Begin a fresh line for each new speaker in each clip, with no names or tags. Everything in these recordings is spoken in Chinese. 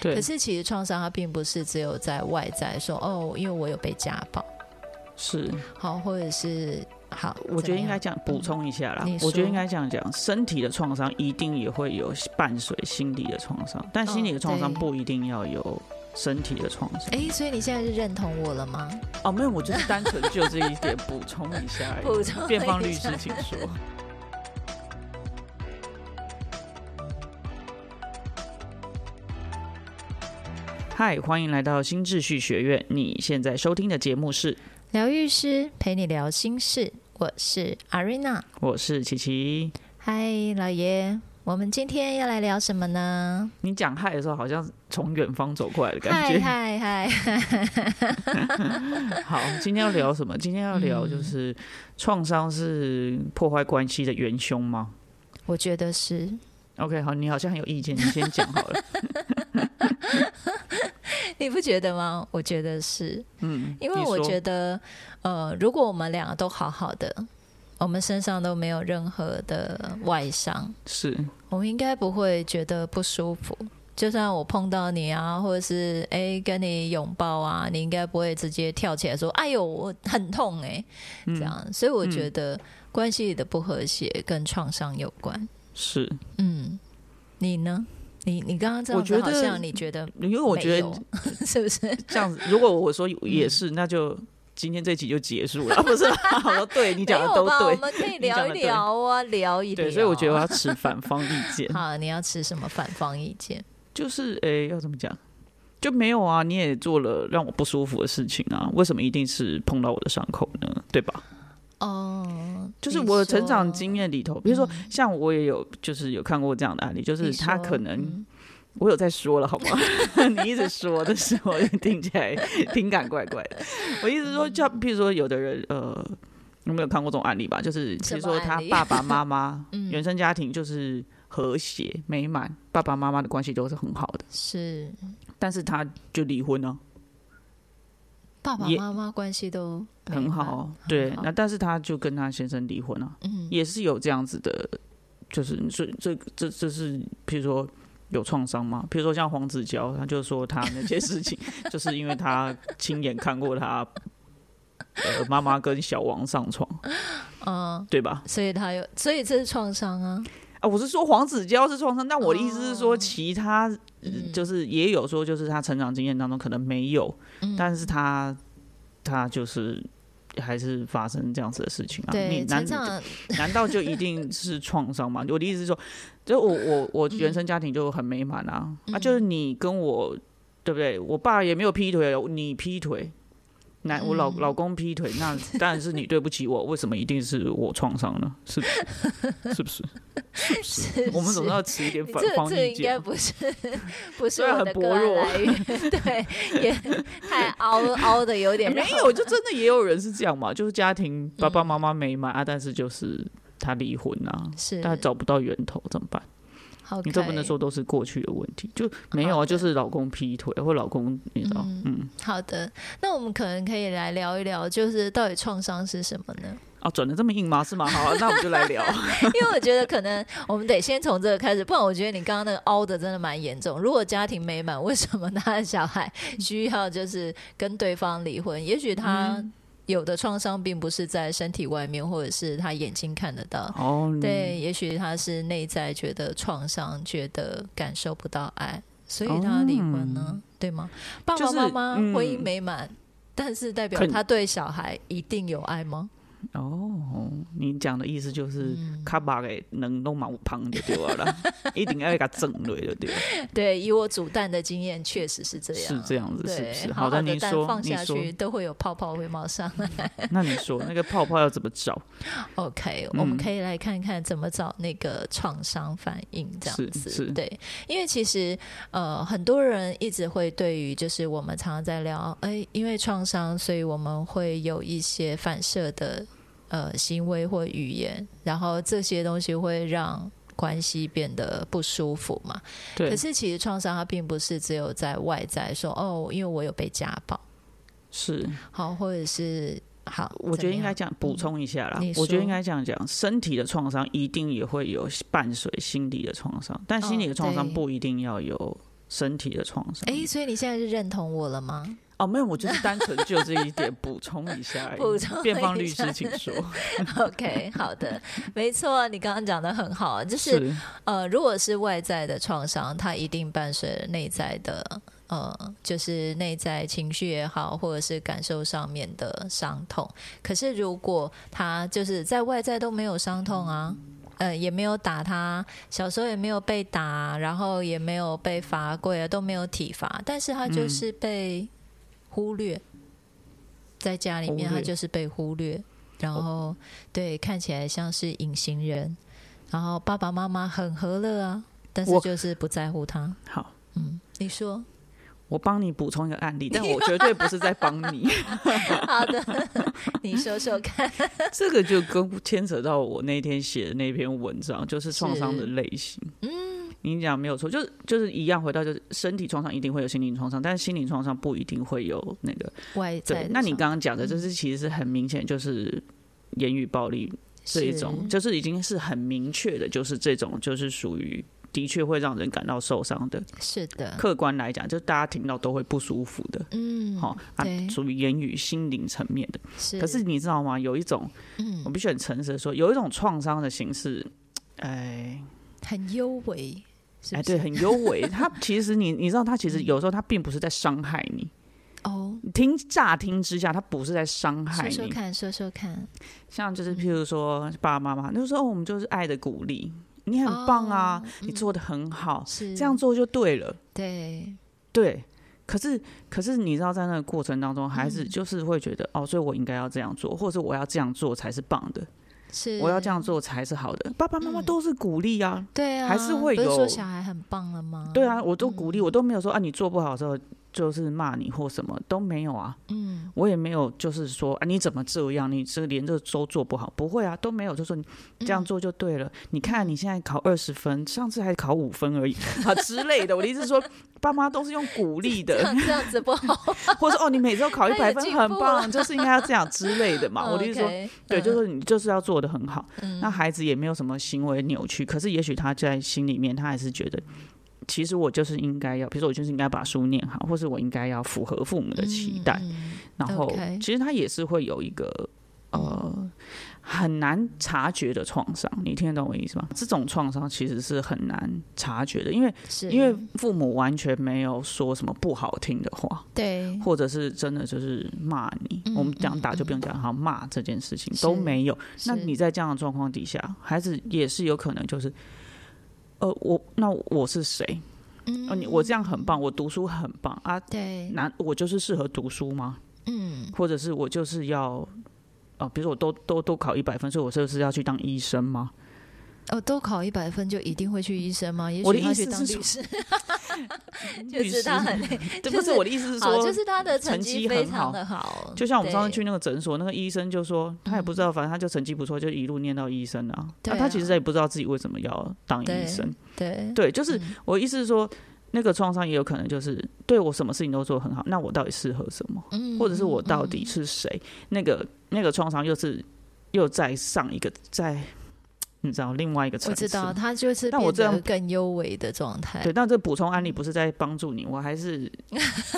对
可是其实创伤它并不是只有在外在说哦，因为我有被家暴，
是，
好，或者是好，
我觉
呃怎
得
么
应该
样嗯
讲补充一下啦
你。
我觉
说
得应该这样讲，身体的创伤一定也会有伴随心理的创伤，但心理的创伤
哦对
不一定要有身体的创伤。
哎，所以你现在是认同我了吗？
哦，没有，我就是单纯就这一点补充一下而已。
补充
辩方
一
律
下
师，请说。嗨，欢迎来到新秩序学院。你现在收听的节目是，
疗愈师陪你聊心事，我是阿瑞娜。
我是琪琪。
嗨，老爷，我们今天要来聊什么呢？
你讲嗨的时候，好像从远方走过来的感
嗨
觉。
嗨嗨，
好，今天要聊什么？今天要
嗯
聊就是创伤是破坏关系的元凶吗
我觉得是，
？OK，好，你好像很有意见，你先讲好了。
你不觉得吗？我觉得是，
嗯，
因为我觉
得
得，呃，如果我们两个都好好的，我们身上都没有任何的外伤，
是
我们应该不会觉得不舒服。就算我碰到你啊，或者是哎、跟你拥抱啊，你应该不会直接跳起来说“哎呦，我很痛哎、
嗯
这样。所以我觉得关系里的不和谐跟创伤有关。
是，
嗯，你呢？你你刚刚这
我
样子
觉
好
得
像你觉得
因为我觉得
没有 嗯是不是？
这样子，如果我说也是，那就今天这集就结束了， 不是啦？好了，对你讲的
没有
都
吧我
对，
们可以
你讲得
聊一
对
聊啊，聊一聊。，
对，所以我觉得我要持反方意见
好，你要持什么反方意见？
就是诶、要怎么讲？就没有啊，你也做了让我不舒服的事情啊，为什么一定是碰到我的伤口呢？对吧？
哦，
就是
你
我的成长
说
经验里头，比如说
嗯
像我也有，就是有看过这样的案例，就是
你
他
说
可能
嗯
我有在说了，好不好？你一直说的时候，听起来听感怪怪的。我意思
嗯
是说，像譬如说，有的人呃，你们有看过这种案例吧？就是比
什
如
么
说
案
他
例
爸爸妈妈
嗯
原生家庭就是和谐美满，爸爸妈妈的关系都是很好的，
是
但是他就离婚了、
爸爸
也
妈妈关系都美
很
满，
好。啊对
好，
那但是他就跟他先生离婚了、
嗯，
也是有这样子的，就是所以这这这是，譬如说有创伤吗？譬如说像黄子佼，他就说他那些事 情，就是因为他亲眼看过他呃妈妈跟小王上床，
嗯，
对吧？
所以他有，所以这是创伤啊，
啊，我是说黄子佼是创伤，但我的意思是说
哦
其他、呃
嗯
就是也有说，就是他成长经验当中可能没有，
嗯
但是他他就是。还是发生这样子的事情啊！你
对，
男
成
女
长
难道就一定是创伤吗？ 我的意思是说，就我我我原生家庭就很美满啊、
嗯
啊，就是你跟我对不对？我爸也没有劈腿，你劈腿，男
嗯
我老、老公劈腿，那当然是你对不起我， 为什么一定是我创伤呢？是不是？是不 是？是不是？ 我们总是要持一点
你
反
这
方
这
意
应该
见。
不是不是
虽然
我
很
的
薄
个案
弱
来源， 对，也 太凹凹的有点
哎
嗯
没
让
有，就真的也有人是这样嘛，就是家庭爸爸妈妈美满、啊，但是就是他离婚啊，
是，
但找不到源头怎么办？
好，
你都不能说都是过去的问题，就没有啊，
好的
就是老公劈腿或老公，你知道，嗯，
好的，那我们可能可以来聊一聊，就是到底创伤是什么呢？
啊，转的这么硬吗？是吗？好、啊，那我们就来聊。
因为我觉得可能我们得先从这个开始，不然我觉得你刚刚那个凹的真的蛮严重。如果家庭美满，为什么 他的小孩
嗯
需要就是跟对方离婚？也许他
嗯
有的创伤并不是在身体外面，或者是他眼睛看得到。
哦，你，
对，也许他是内在觉得创伤，觉得感受不到爱，所以他离婚呢，对吗？爸
哦就
爸
是
妈妈
嗯
婚姻美满，但是代表
肯
他对小孩一定有爱吗？
哦，你讲的意思就是。
嗯，
卡巴给能弄满胖就对了 啦，一定要给他整类的对了，
对，以我煮蛋的经验，确实是这样，
是这样子，是不
对，
是？
好
的，
的
你
蛋
说，
放
你
下
说，
去都会有泡泡会冒上来。
那你说那个泡泡要怎么找？
OK，、
嗯
我们可以来看看怎么找那个创伤反应，这样
是
子
是
对，因为其实呃，很多人一直会对于就是我们常常在聊，哎、因为创伤，所以我们会有一些反射的呃行为或语言，然后这些东西会让。关系变得不舒服嘛？
对
可，是其实创伤它并不是只有在外在说哦，因为我有被家暴，
是，
好，或者是好，
我觉得应该
怎嗯
这样补充一下啦
你。
我觉得
说
应该这样讲，身体的创伤一定也会有伴随心理的创伤，但心理的创伤
哦对
不一定要有身体的创伤。
哎、所以你现在是认同我了吗？
哦，没有，我就是单纯就这一点 补充一下而已，
补充
辩方
一
律
下
师，请 说。
OK，好的，没错，你刚刚讲的很好，啊就是呃，如果是外在的创伤，它一定伴随着内在的呃，就是内在情绪也好，或者是感受上面的伤痛。可是如果他就是在外在都没有伤痛啊。呃，也没有打他，小时候也没有被打，然后也没有被罚跪啊，都没有体罚，但是他就是被忽略，在家里面
忽
他
略
就是被忽略，然后对看起来像是隐形人，然后爸爸妈妈很和乐啊，但是
我
就是不在乎他。
好，
嗯，你说
我帮你补充一个案例，但 我绝对不是在帮你，
好的， 你说说看。
这个就跟牵扯到我那天写的那篇文章，就是创伤的类型。嗯，你讲没有错，就是就是一样，回到就是身体创伤一定会有心灵创伤，但是心灵创伤不一定会有那个。
外在
对
的，
那你
伤
刚刚讲的，就是其实是很明显，就是言语暴力这一种，
是
就是已经是很明确的，就是这种就是属于。的确会让人感到受伤的，
是的，
客观来讲，就大家听到都会不舒服的，
嗯，
好、
对
啊，属于言语心灵层面的。
是，
可是你知道吗？有一种，
嗯
我必须很诚实的说，有一种创伤的形式，哎
很优美，是
哎，
不
对，
是？
很优 美。它其实你你知道，它其实有时候它并不是在伤
嗯
害你。
哦，
你听乍听之下，它不是在伤害
说
你。
说看，说说看，
像就是譬如说爸爸妈妈，那时候我们就是爱的鼓励，你很棒啊，
哦
你做的很好，
是
这样做就对了。
对，
对，可是可是你知道，在那个过程当中，孩
嗯
子就是会觉得、哦，所以我应该要这样做，或者我要这样做才是棒的，
是嗯
我要这样，做才是好的。爸爸妈妈都是鼓励啊，
对啊，
还是会
不是说
有
小孩很棒了吗？
对，啊，我都鼓
嗯
励，我都没有说啊，你做不好的时候就是骂你或什么都没有啊，
嗯，
我也没有就是说啊你怎么这样，你这连这都做不好，不会啊，都没有，就说你这
嗯
样做就对了。你看你现在考二十分，上次还考五分而已啊之类的。我的意思是说，爸妈都是用鼓励
这
的
样，这样子不好
或者说哦你每周考一
他
百
有
分
进步啊
很棒，就是应该要这样之类的 嘛。我的意思说，
OK，
对，就
嗯
是你就是要做的很好。
嗯
那孩子也没有什么行为扭曲，可是也许他在心里面，他还是觉得，其实我就是应该要，比如说我就是应该把书念好，或是我应该要符合父母的期待。
嗯嗯
然后
OK 嗯
其实他也是会有一个呃很难察觉的创伤，你听得懂我意思吗？这种创伤其实是很难察觉的，因为
是
因为父母完全没有说什么不好听的话，
对
或者是真的就是骂你。
嗯
我们讲打就不用讲，好骂这件事情都没有。那
是嗯
你在这样的状况底下，孩子也是有可能就是。呃，我那我是谁？
嗯
呃，你我这样很棒，我读书很棒啊，
对，
难我就是适合读书吗？
嗯，
或者是我就是要，呃，比如说我都都都考一百分，所以我就是要去当医生吗？
哦，都考一百分就一定会去医生吗？也
我
许
的
他
意
去
思
当
是
律师， 就
律
是
师
他很累，
这
就
不是我的意思是
好，
说，
就是他的
成
绩
绩
非
很
常
好
的好，
就像我们上次
对嗯
去那个诊所，那个医生就说他也不知道，反正他就成绩不错，就一路念到医生啊。
对
那、
啊
他其实也不知道自己为什么要当
对
医生。
对
对，就是
嗯
我的意思是说，那个创伤也有可能就是对我什么事情都做得很好，那我到底适合什么？
嗯
或者是我到底是谁？那个那个创伤又是又在上一个在。你知道另外一个层
我
次，
知道，他就是
但我
变
这
得
样
更优美的状态，
对，但这补充案例不是在帮助你，我还 是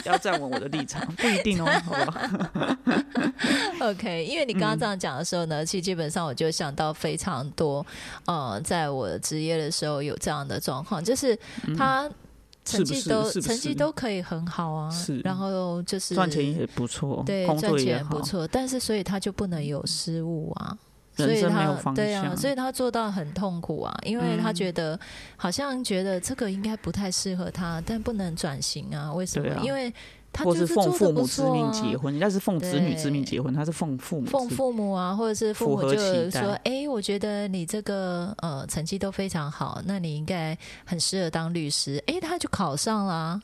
要站稳我的立场，不一定哦，好不好？
OK，因为你刚
嗯
刚这样讲的时候呢，其实基本上我就想到非常多，呃，在我职业的时候有这样的状况，就是他 成绩
嗯是不是
都
是不
成绩
是
都可以很好啊
是，
然后就是
赚钱也不错，
对
工
赚
作也
钱
好
不，错，但是所以他就不能有失误啊。所
人
以
生没有
他
方
对啊，
向嗯
所以他做到很痛苦啊，因为他觉得、好像觉得这个应该不太适合他，但不能转型啊？为什么？
对啊
因为他
或
就是是
奉
做
父
的不
母之
错
命
啊
结婚，人家是奉子女之命
对
结婚，他是奉父母
奉
之
父母啊，或者是父母
符合
就
期待
说：“哎、我觉得你这个呃成绩都非常好，那你应该很适合当律师。哎，他就考上啦、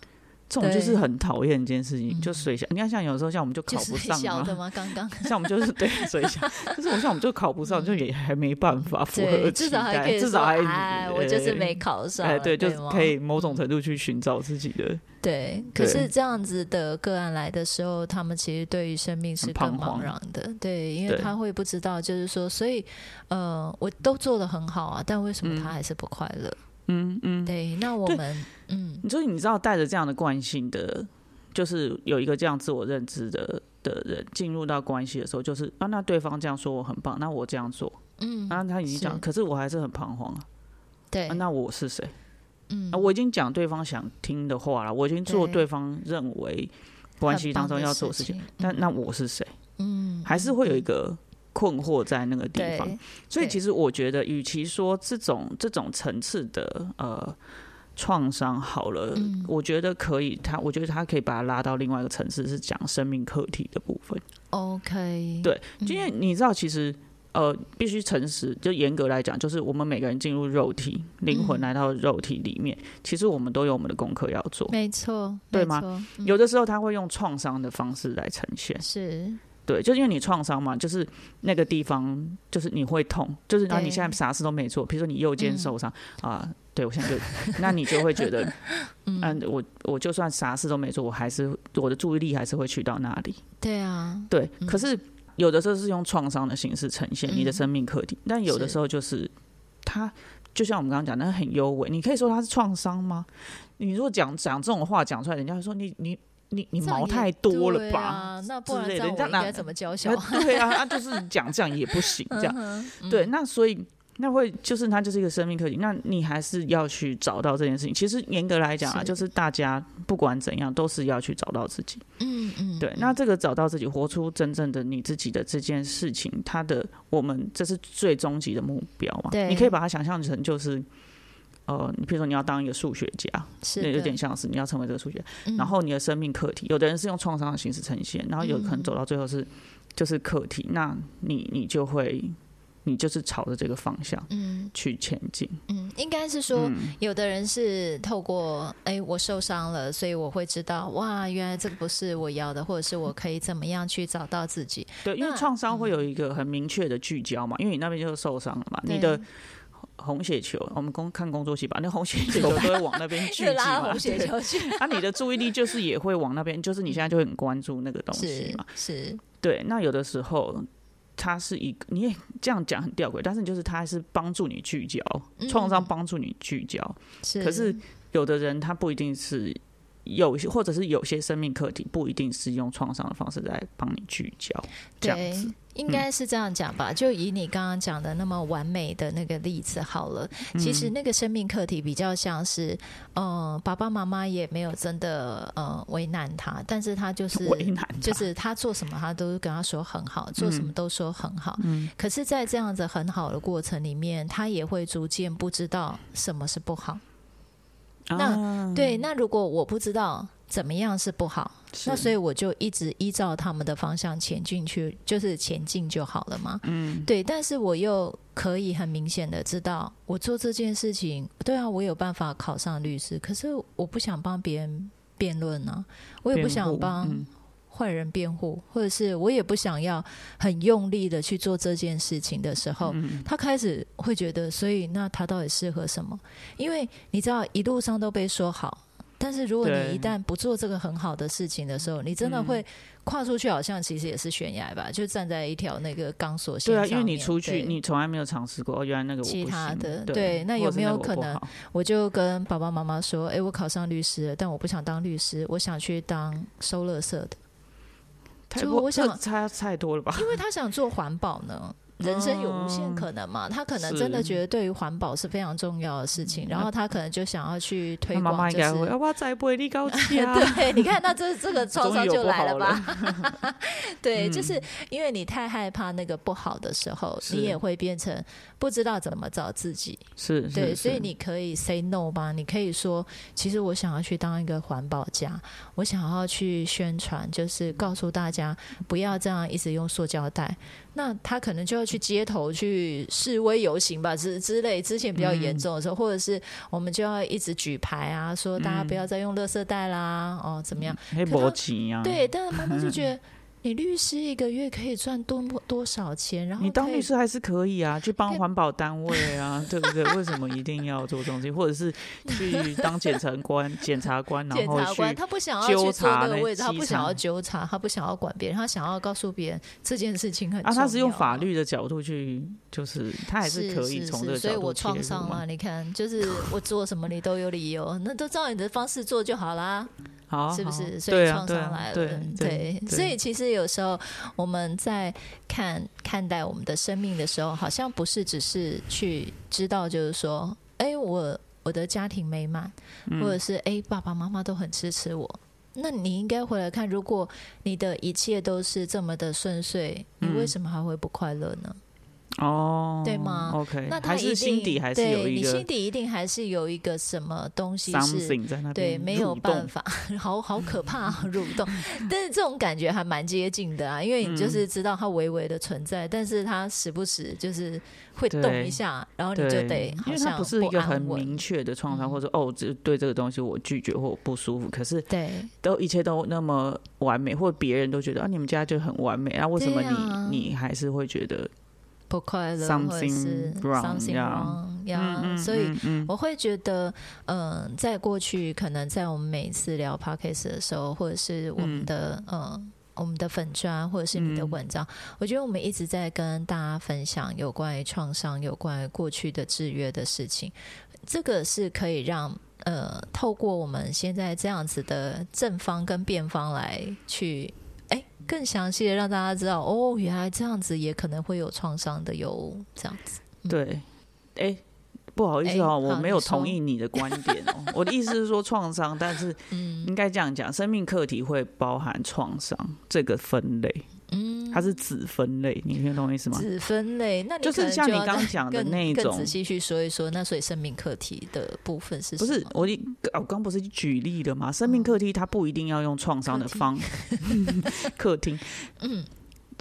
这种就是
对嗯
很讨厌一件事情，就水下。你看，像有时候像我们就
就
考
是
不上
小的
啊，
吗？刚刚
像我们就是对水 下，就是我像我们就考不上，就也还没办法符合
嗯对，
期
至少还
待
可以
至
说
少还呃
哎，我就是没考上，
哎，对，就是
吗
可以某种程度去寻找自己的
对。可是
对
这样子的个案来的时候，他们其实对于生命是
很
更
彷
茫
徨
然的，对，因为
对
他会不知道，就是说，所以呃，我都做的很好啊，但为什么他还是不快乐？
嗯嗯，
对，那我 们嗯
你说你知道带着这样的惯性的，就是有一个这样自我认知的的人进入到关系的时候，就是啊，那对方这样说我很棒，那我这样做，
嗯，
那他已经讲，
是
可是我还是很彷徨啊，
对
啊，那我是谁？
嗯
啊，我已经讲对方想听的话了，我已经做
对
对方认为关系当中要做的事
事
情，
情，
但那我是谁？
嗯，
还是会有一个困惑在那个地
对
方。所以
对
其实我觉得，与其说这种这种层次的呃创伤好了，
嗯
我觉得可以，他我觉得他可以把它拉到另外一个层次，是讲生命课题的部分。
OK，
对因为你知道，其实呃，必须诚实，就严格来讲，就是我们每个人进入肉体、灵魂
嗯
来到肉体里面，其实我们都有我们的功课要做。
没错，
对
没
吗
错？嗯
有的时候他会用创伤的方式来呈现，
是，
对，就是因为你创伤嘛，就是那个地方，就是你会痛，就是然后
对
你现在啥事都没做，比如说你右肩受伤啊、对我现在就， 那你就会觉得，嗯，我我就算啥事都没做，我还是我的注意力还是会去到那里，
对啊，
对。可是有的时候是用创伤的形式呈现
嗯
你的生命课题，但有的时候就是它，就像我们刚刚讲，那很优美，你可以说它是创伤吗？你如果讲讲这种话讲出来，人家会说你你你你
这样
毛
也
太多了
对
吧？
啊那不
之
然
类
这
的你
样我
这样
应
拿
该怎么教小
啊
孩？嗯
对啊，啊就是讲这样也不 行，这样、对。那所以那会就是它就是一个生命课题，那你还是要去找到这件事情。其实严格来讲啊，
是
就是大家不管怎样都是要去找到自己。
嗯嗯，
对，那这个找到自己，活出真正的你自己的这件事情，它的我们这是最终极的目标嘛？
对
你可以把它想象成就是。呃，你比如说你要当一个数学家，
是
那有
的
点像是你要成为这个数学家，
嗯
然后你的生命课题，有的人是用创伤的形式呈现，然后有可
嗯
能走到最后是就是课题，那你你就会你就是朝着这个方向
嗯
去前进，
嗯，应该是说，有的人是透过哎、我受伤了，所以我会知道哇，原来这个不是我要的，或者是我可以怎么样去找到自己。
对，因为
那嗯
创伤会有一个很明确的聚焦嘛，因为你那边就是受伤了嘛，
对
你的。红血球，我们工看工作戏吧，那红血球都会往那边 聚集
拉
嘛，
红血
对，
球去，
那、你的注意力就是也会往那边，就是你现在就会很关注那个东西
是
嘛，
是，
对，那有的时候它是一个，你也这样讲很吊诡，但是就是它是帮助你聚焦，
嗯
创伤帮助你聚焦。
是
可是有的人他不一定是有些，或者是有些生命课题不一定是用创伤的方式来帮你聚焦，这样
对
子。，嗯
应该是这样讲吧。就以你刚刚讲的那么完美的那个例子好了，其
嗯
实那个生命课题比较像是，嗯、爸爸妈妈也没有真的呃为难他，但是他就是
为难他嗯
就是他做什么，他都跟他说很好，做什么都说很好。可是，在这样子很好的过程里面，他也会逐渐不知道什么是不好。
啊、
对，那如果我不知道怎么样是不好，
是
那所以我就一直依照他们的方向前进去，就是前进就好了嘛。嗯，对。但是我又可以很明显的知道，我做这件事情，对啊，我有办法考上律师，可是我不想帮别人辩论啊，我也不
辩
想
护
帮
嗯
坏人辩护，或者是我也不想要很用力的去做这件事情的时候，他开始会觉得，所以那他到底适合什么？因为你知道一路上都被说好，但是如果
对嗯
你一旦不做这个很好的事情的时候，你真的会跨出去，好像其实也是悬崖吧，就站在一条那个钢索线
对啊，
上面。
因为你出去，
对
你从来没有尝试过，哦，原来那个我不
其
行
他的
对，
对那有
或者是
没有
个我
可
不
能
好
我就跟爸爸妈妈说：“哎、我考上律师了，但我不想当律师，我想去当收垃圾 的。”
太
就
过
我
这
想
差太多了吧？
因为他想做环保呢。人生有无限可能嘛？他可能真的
嗯是嗯
觉得对于环保是非常重要的事情，然后他可能就想要去推
他妈妈
广，
应
就
该
是
会，啊我再不会你 高级啊，
对，你看，那这这个创
终
伤
于
就
有不
来
好
了
了嗯
吧？ 对，就是因为你太害怕那个不好的时候，
是
你也会变成不知道怎么找自己。
是，是
对，所以
是
你可以 say no 吧？你可以说，其实我想要去当一个环保家，我想要去宣传，就是告诉大家不要这样一直用塑胶袋。那他可能就要去街头去示威游行吧，之之类。之前比较
嗯
严重的时候，或者是我们就要一直举牌啊，
嗯
说大家不要再用垃圾袋啦，哦，怎么样？
黑
可他
脖吉啊，
对，但是妈妈就觉得。你律师一个月可以赚多么多少钱？然后
你当
可以
律师还是可以啊，去帮
可以
环保单位啊，对不对？为什么一定要做这种事情，或者是 去当检察官、检察官，然
检
后
察
去
官他不想要去坐那个位置，
纠察那
他不想要
机场
纠察，他不想要管别人，他想要告诉别人这件事情很重要
啊？他是用法律的角度去，就是他还
是
可以从这个
是所以
角
我
度切
创
入
伤
嘛
了，。你看，就是我做什么你都有理由，那都照你的方式做就好啦，
好啊，
是不是？
好啊
所以
对啊，
创
对
伤
啊
来，了，
对对
对，所以其实有时候我们在看看待我们的生命的时候，好像不是只是去知道，就是说，哎，我我的家庭美满，
嗯
或者是哎、诶爸爸妈妈都很支持我。那你应该回来看，如果你的一切都是这么的顺遂，你
嗯
为什么还会不快乐呢？
哦，
对吗
？OK，
那他
还
一定
是心底还是有
对
一
你
个
心底一定还是有一个什么东西是。
something 在那边
对，没有
蠕
办
动
法， 好好可怕、 啊，蠕动。但是这种感觉还蛮接近的啊，因为你
嗯
就是知道它微微的存在，但是它时不时就是会动
对
一下，然后你
对，
就得
因
好
为它
像
不是一个很
安稳。嗯
明确的创伤，或者说哦，这对这个东西我拒绝或我不舒服，可是
对，
都一切都那么完美，或者别人都觉得啊，你们家就很完美，那、为什么
对
你、
啊
你还是会觉得
不快乐或者
Something
是
wrong，
something
yeah
wrong
嗯
呀，
嗯
啊所以
嗯嗯
我会觉得，嗯、在过去可能在我们每一次聊 podcast 的时候，或者是我们的嗯、呃我们的粉砖，或者是你的文章，
嗯
我觉得我们一直在跟大家分享有关于创伤、有关于过去的制约的事情，这个是可以让。呃，透过我们现在这样子的正方跟辩方来去，哎、更详细的让大家知道，哦，原来这样子也可能会有创伤的哟，这样子。
对，哎、不好意思
哎
哦，
好
我没
你
有
说
同意你的观点哦。我的意思是说创伤，但是
嗯
应该这样讲，生命课题会包含创伤这个分类，
嗯，
它是子分类，你听懂我意思吗？
子分类，那你
就
可
是
能
像你
要
刚
再
讲的
更
那一
更
种
仔，细去说一说，那所以生命课题的部分是
不
什
是
么
我一我刚不是举例了吗？生命课题它不一定要用创伤的
嗯课题 嗯
方客厅，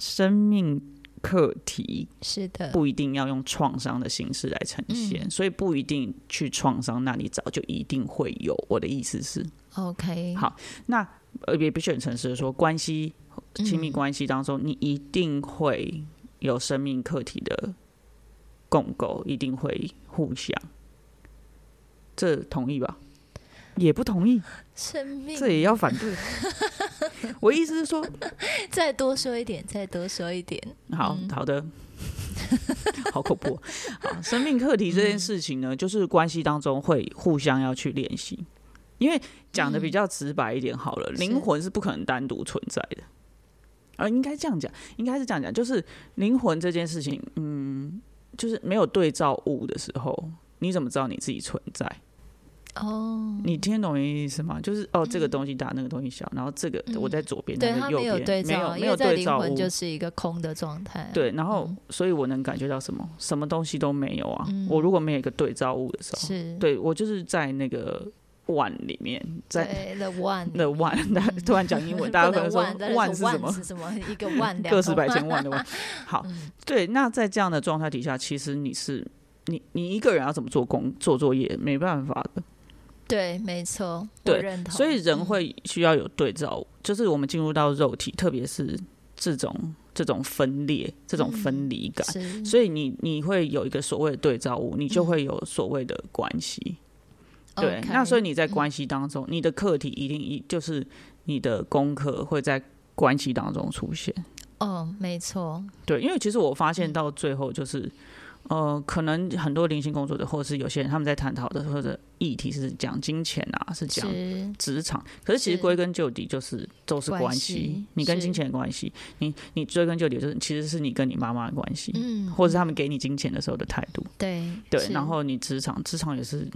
生命课题
是的，
不一定要用创伤的形式来呈
嗯
现，所以不一定去创伤那里找就一定会有。我的意思是，
OK，
好那呃也必须很诚实的说，关系
嗯
亲密关系当中，你一定会有生命课题的共构，一定会互相，这同意吧？也不同意，
生命
这也要反对。 我意思是说，
再多说一点，再多说一点，
好好的， 好恐怖哦、好，生命课题这件事情
嗯
呢，就是关系当中会互相要去练习，因为讲的比较直白一点好了，灵、
嗯是
魂是不可能单独存在的。呃，应该这样讲，应该是这样讲，就是灵魂这件事情，嗯，就是没有对照物的时候，你怎么知道你自己存在？
嗯哦，
你听得懂我意思吗？就是哦，这个东西大，那个东西小，然后这个我在左边，
嗯对，
那
它
个
没有
右
对
边，没有
照，
没
因
有
为在
对
灵
照
魂
物，
就是一个空的状态啊，
对，然后、所以我能感觉到什么？什么东西都没有啊！我如果没有一个对照物的时候，
嗯是，
对我就是在那个碗里面，在
对 the one
那碗，大家突然讲英文，大家
不
可
能
能说
one，大家
万是什
万
么？
是什么？一个万 两
个
个嗯
十百千万的 万。好，对，那在这样的状态底下，其实你是你你一个人要怎么做工做作业，没办法的。
对，没错，我
对
认同，嗯
所以人会需要有对照物，就是我们进入到肉体，特别是这种这种分裂、这种
嗯
分离感。
是
所以你你会有一个所谓的对照物，你就会有所谓的关系。对
嗯 OK 嗯
那所以你在关系当中，你的课题一定一就是你的功课会在关系当中出现。
哦，没错，
对，因为其实我发
嗯
现到最后就是，呃，可能很多灵性工作者，或者是有些人他们在探讨的或者议题是讲金钱啊，是讲
是。
职场，可是其实
是
归根究底就是都是
关
关
系
系，你跟
是
金钱的关系，你你追根究底就是其实是你跟你妈妈的关系，
嗯
或者是他们给你金钱的时候的态度。
对
对，
是
然后你职场，职场也是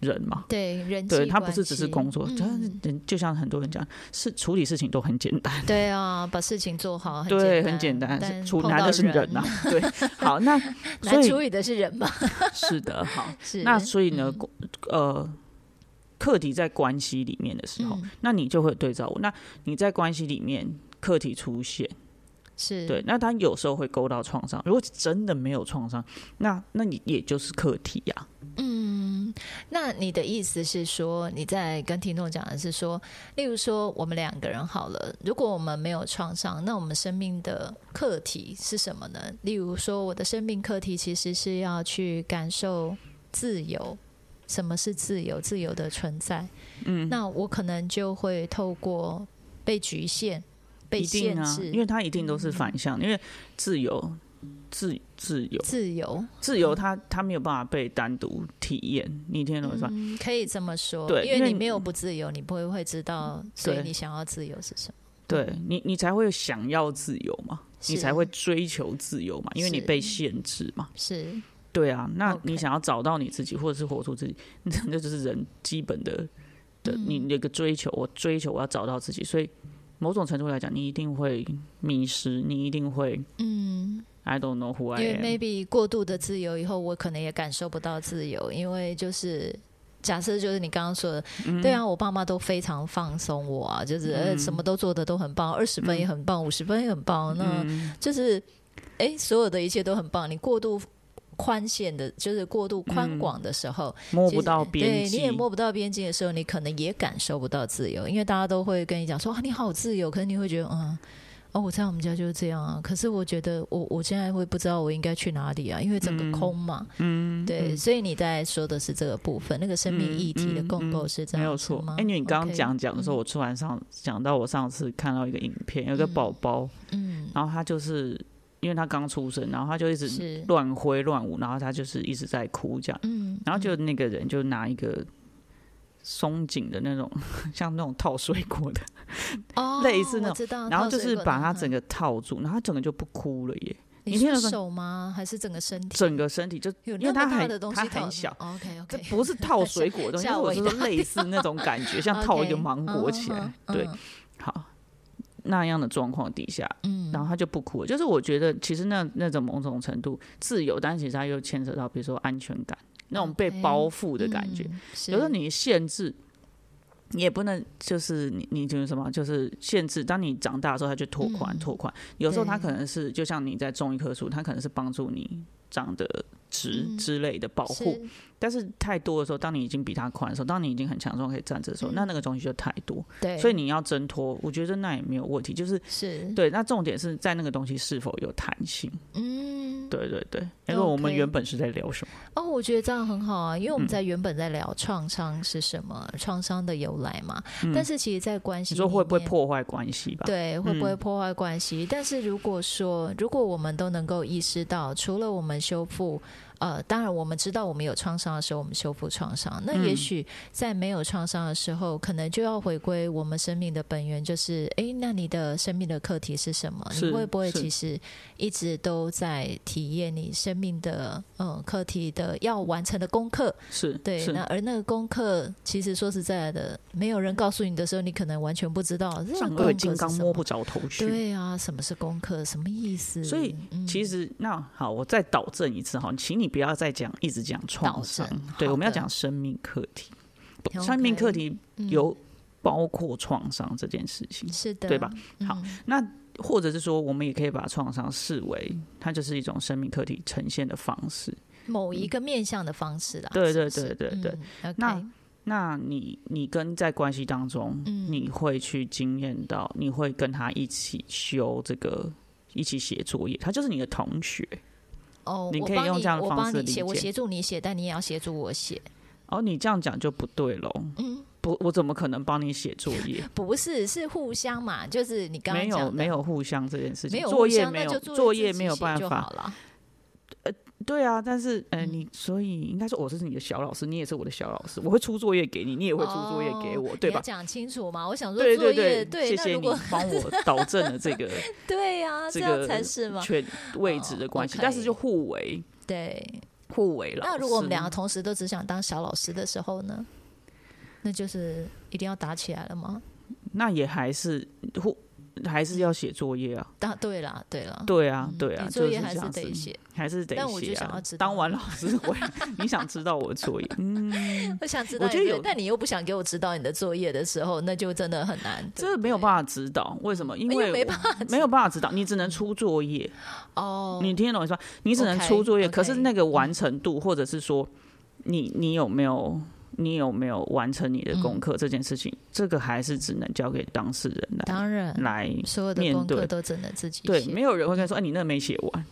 人嘛，
对人际
对他不
关
是只是
系
工作，
嗯
就是人就像很多人讲，是处理事情都很简单，
对啊，把事情做好，
对，很简单，
但
是处
碰
难
到
的是人呐、 对，好，那所
难处
以
理的是人吧？
是的，好，
是嗯
那所以呢，呃，课题在关系里面的时候，
嗯
那你就会有对照我，那你在关系里面课题出现，
是
对，那他有时候会勾到创伤，如果真的没有创伤，那那你也就是课题呀、啊
嗯，那你的意思是说，你在跟听众讲的是说，例如说我们两个人好了，如果我们没有创伤，那我们生命的课题是什么呢？例如说，我的生命课题其实是要去感受自由，什么是自由？自由的存在。嗯，那我可能就会透过被局限、被
一定
限
啊，
制、嗯
因为它一定都是反向，因为自由、自自由、
自由。
自由它，它没有办法被单独体验。你听得懂我意思吗？
嗯，可以这么说，
对因
因为
为
你
你
没有不自由，你不会会知道，所以
对
你想要自由是什么。嗯
对你，你才会想要自由嘛，你
是
才会追求自由嘛，因为你
是
被限制嘛。
是
对啊，那你
OK
想要找到你自己，或者是活出自己， 那就是人基本的的
嗯
你你的一个追求。我追求我要找到自己，所以某种程度来讲，你一定会迷失，你一定会
嗯，
I don't know who
因
I
为
am。
maybe 过度的自由以后，我可能也感受不到自由，因为就是。假设就是你刚刚说的，对啊，我爸妈都非常放松我啊，就是、呃什么都做的都很棒，二十分也很棒，五十、分也很棒，那就是哎、所有的一切都很棒。你过度宽限的，就是过度宽广的时候，
摸
其
不
实
到边
对，你
际，
也摸不到边界的时候，你可能也感受不到自由，因为大家都会跟你讲说啊，你好自由，可是你会觉得嗯。哦，我在我们家就是这样啊。可是我觉得我，我现在会不知道我应该去哪里啊，因为整个空嘛。嗯，对，所以你在说的是这个部分，那个生
嗯
命议题的共构是这
没
样、
有
是
错
吗。
哎、你刚刚
OK，嗯
讲讲的时候，我突然上想到我上次看到一个影片，有个宝宝，
嗯，
然后他就是因为他刚出生，然后他就一直
是，
乱挥乱舞，然后他就是一直在哭这样，
嗯，
然后就那个人就拿一个。松紧的那种， 像那种套水果的，
哦，
类似那种
我知道
然后就是把他整
个，
个套住，然后他整个就不哭了耶，
你
你听
说
得懂
手吗？还是整个身体？
整个身体就
有
因
那
为
么
他
大
很
的东西
他很小，
OK
这
OK，
不是 套水果的东西，
吓吓
我是
我一
说类似那种感觉， 像套了一个
OK，嗯
芒果起来，对，好，那样的状况底下，
嗯，
然后他就不哭了。就是我觉得，其实那那种某种程度自由，但其实他又牵扯到比如说安全感，那种被
哦 OK，
包覆的感觉。
嗯，
有时候
是
你限制，你也不能就是你你就是什么，就是限制。当你长大之后，它就拓宽
嗯
拓宽。有时候它
对
可能是就像你在种一棵树，它可能是帮助你长得直
嗯
之类的保护。
是
但是太多的时候，当你已经比它宽的时候，当你已经很强壮可以站着的时候，那那个东西就太多。
嗯对，
所以你要挣脱，我觉得那也没有问题。就是
是
对，那重点是在那个东西是否有弹性。
嗯
对对对，因为我们
OK
原本是在聊什么？
哦，我觉得这样很好啊，因
嗯
为我们在原本在聊创伤是什么，创伤的由来嘛。但是其实，在关
嗯
系
你说会不会
里面？
破坏关系吧？嗯
对，会不会破坏关系？但是如果说，如果我们都能够意识到，除了我们修复，呃，当然我们知道我们有创伤的时候，我们修复创伤。那
嗯
也许在没有创伤的时候，可能就要回归我们生命的本源，就是，诶，那你的生命的课题是什么？你
是
会不会
是
其实一直都在体验你生命的嗯课题的要完成的功课？
是，
对，
是
那而那个功课，其实说实在的，没有人告诉你的时候，你可能完全不知道这个
上
功课
颚
是
金刚
什
摸
么
不着头绪。
对啊，什么是功课？什么意思？
所以
嗯
其实那好，我再导正一次哈，请你不要再讲一直讲创伤
导正好，
对，我们要
的
讲生命课题，
OK
生命课题有包括创伤这件事情，
嗯是的，
对吧？
嗯
好，那或者是说，我们也可以把创伤视为它就是一种生命课题呈现的方式。
某一个面向的方式啦。
对对
是不是
对对对
嗯 OK，
那那你你跟在关系当中，
嗯
你会去经验到，你会跟他一起修这个，一起写作业，他就是你的同学。
哦，
你
我
可以
帮
用
你
这样的
我
方
帮
式
你写，
理
我
解
协助你写，但你也要协助我写。
哦，你这样讲就不对喽。
嗯，
不，我怎么可能帮你写作业？
不是，是互相嘛，就是你刚刚
没
讲
有
的
没有互相这件事情，
没有
作业
互相
没
那
有
就
作业
自己
没有
写
办
就
法
好，了。
对啊，但是呃，
嗯
你所以应该说我是你的小老师，你也是我的小老师，我会出作业给你，你也会出作业给我，
哦
对
你要
吧？
讲清楚嘛，我想说
对
作
对对，
业对，
谢
那
谢
如
你
果
帮我导正了 这个
对呀，
这
这样才
个
是嘛，
权位置的关系，
哦
但是就
，OK
互为
对。
互为了。
那如果我们两个同时都只想当小老师的时候呢？那就是一定要打起来了吗？
那也还是互还是要写作业啊，
答对啦，对啦，
对啊
嗯
对啊，
你
就
作
是
业
这
还是
样子
得，写。
还是得
但我就
写
想要
啊
知。道
当完老师回来， 你想知道我的 作业，
我想知道
我
你
觉
的，
得有
但你又不想给我指导你的作业的时候，那就真的很难。
这没有办法指导，为什么？因
因为
为
没
我
办法
没有办法指导，你只能出作业。
法哦，
你听得懂我意思吧？你只能
OK，
出作业
OK
可是那个完成度，或者是说你你有没有你有没有完成你的功
嗯
课这件事情，这个还是只能交给当事人来
当然，
来。
所有的
面
功课
对
都只能自己
对，
写
没有人会跟你说，哎，你那没写完，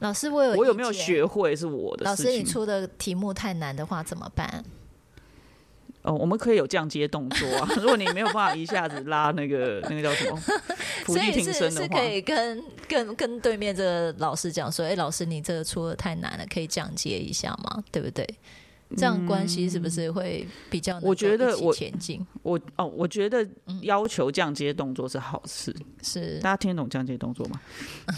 老师，我有
我有
意
没有
见？
学会是我的
老
事
师，
情。
你出的题目太难的话怎么办？
哦，我们可以有降阶动作啊。 如果你没有办法一下子拉那个那个叫 什么伏
所
地
以
挺
是
身
是
的话
可，以跟跟跟对面这个老师讲说，哎、老师，你这个出的太难了，可以讲解一下吗？对不对？这样关系是不是会比较能
嗯
够
我觉得
一起
我
前进
我哦，我觉得要求降阶动作是好事。
嗯是
大家听得懂降阶动 作吗？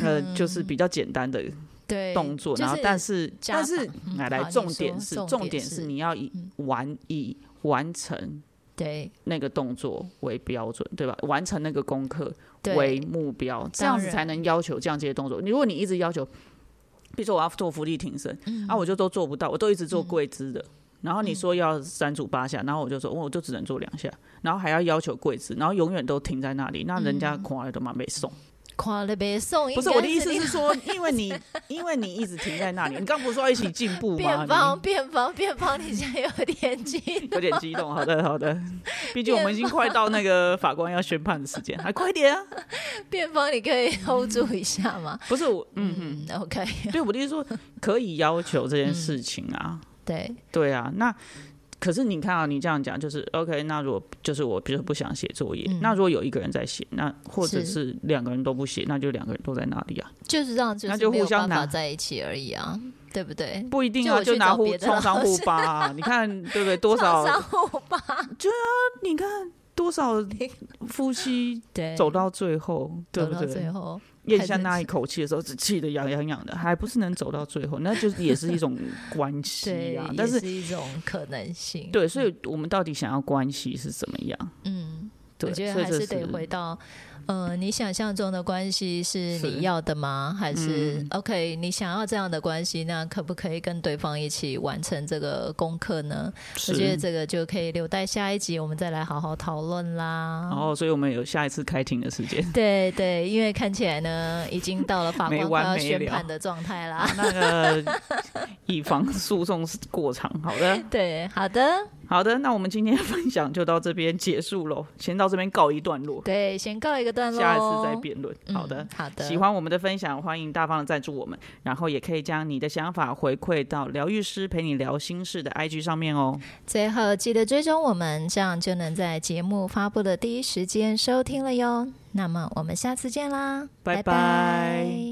呃，就是比较简单的
嗯对
动作，
就
然后
是
但是
加
但是
法嗯
来
好
来，
你
重
说
点是
重
重
点
点
是嗯
是你要以完以完成
对
那个动作为标准，对吧？完成那个功课
对
为目标，这样子
然
才能要求降阶动作。你如果你一直要求，比如说我
嗯
要做伏地挺身，啊，我就都做不到，我都一直做跪姿的。然后你说要三组八下，然后我就说，哦我我就只能做两下，然后还要要求跪姿，然后永远都停在那里，那人家狂来都蛮没送。
夸了呗送，
不是
嗯应该
我的意思
你
是说，因为你 因为你一直停在那里，你刚不是说要一起进步吗？
辩
啊你
方辩方辩方，你现在有点激
有
动，
点激动，好的好的，毕竟我们已经快到那个法官要宣判的时间，还快点啊！
辩方你可以 hold 住一下吗？
不是我，嗯嗯，
嗯，OK，
对我的意思说，可以要求这件事情啊，
对，
对啊，那。可是你看啊，你这样讲就是 OK。那如果就是我，比如说不想写作业，
嗯
那如果有一个人在写，那或者
是
是两个人都不写，那就两个人都在那里啊，
就是这样，
那
是
就
没有
互相
办法
拿
在一起而已啊，对不对？
不一定啊，
就我去
就拿
找
互
别的
创伤
老
互
师
扒、啊，你看对不 对？多
创
少啊
伤后吧，
你看多少夫妻
对，
走到最后，对
走
不
到
对？
最后，
咽下那一口气的时候，只气得痒痒痒的，还不是能走到最后，那就是也是一种关
对，
系啊
也。
但是
是一种可能性。
对，所以我们到底想要关系是怎么样？
嗯，
对，
我觉
所
得
以
还
这
是得回到，呃，你想象中的关系是
是嗯
你要的吗？还是、OK？你想要这样的关系，那可不可以跟对方一起完成这个功课呢？我觉得
是。
这个就可以留待下一集我们再来好好讨论啦。
然后，哦所以我们有下一次开庭的时 间。
对对，因为看起来呢，已经到了法
没
官快
完
要
没
宣
了
判的状态啦。
那个以防诉讼过长，好的，
对，好的，
好的，那我们今天的分享就到这边结束喽，先到这边告一段落，
对，先告一个段落，
下一次再。辩论。好的
嗯，好的，
喜欢我们的分享，欢迎大方的赞助我们，然后也可以将你的想法回馈到疗愈师陪你聊心事的 IG 上面哦。
最后记得追踪我们，这样就能在节目发布的第一时间收听了哟。那么我们下次见啦，
拜拜
拜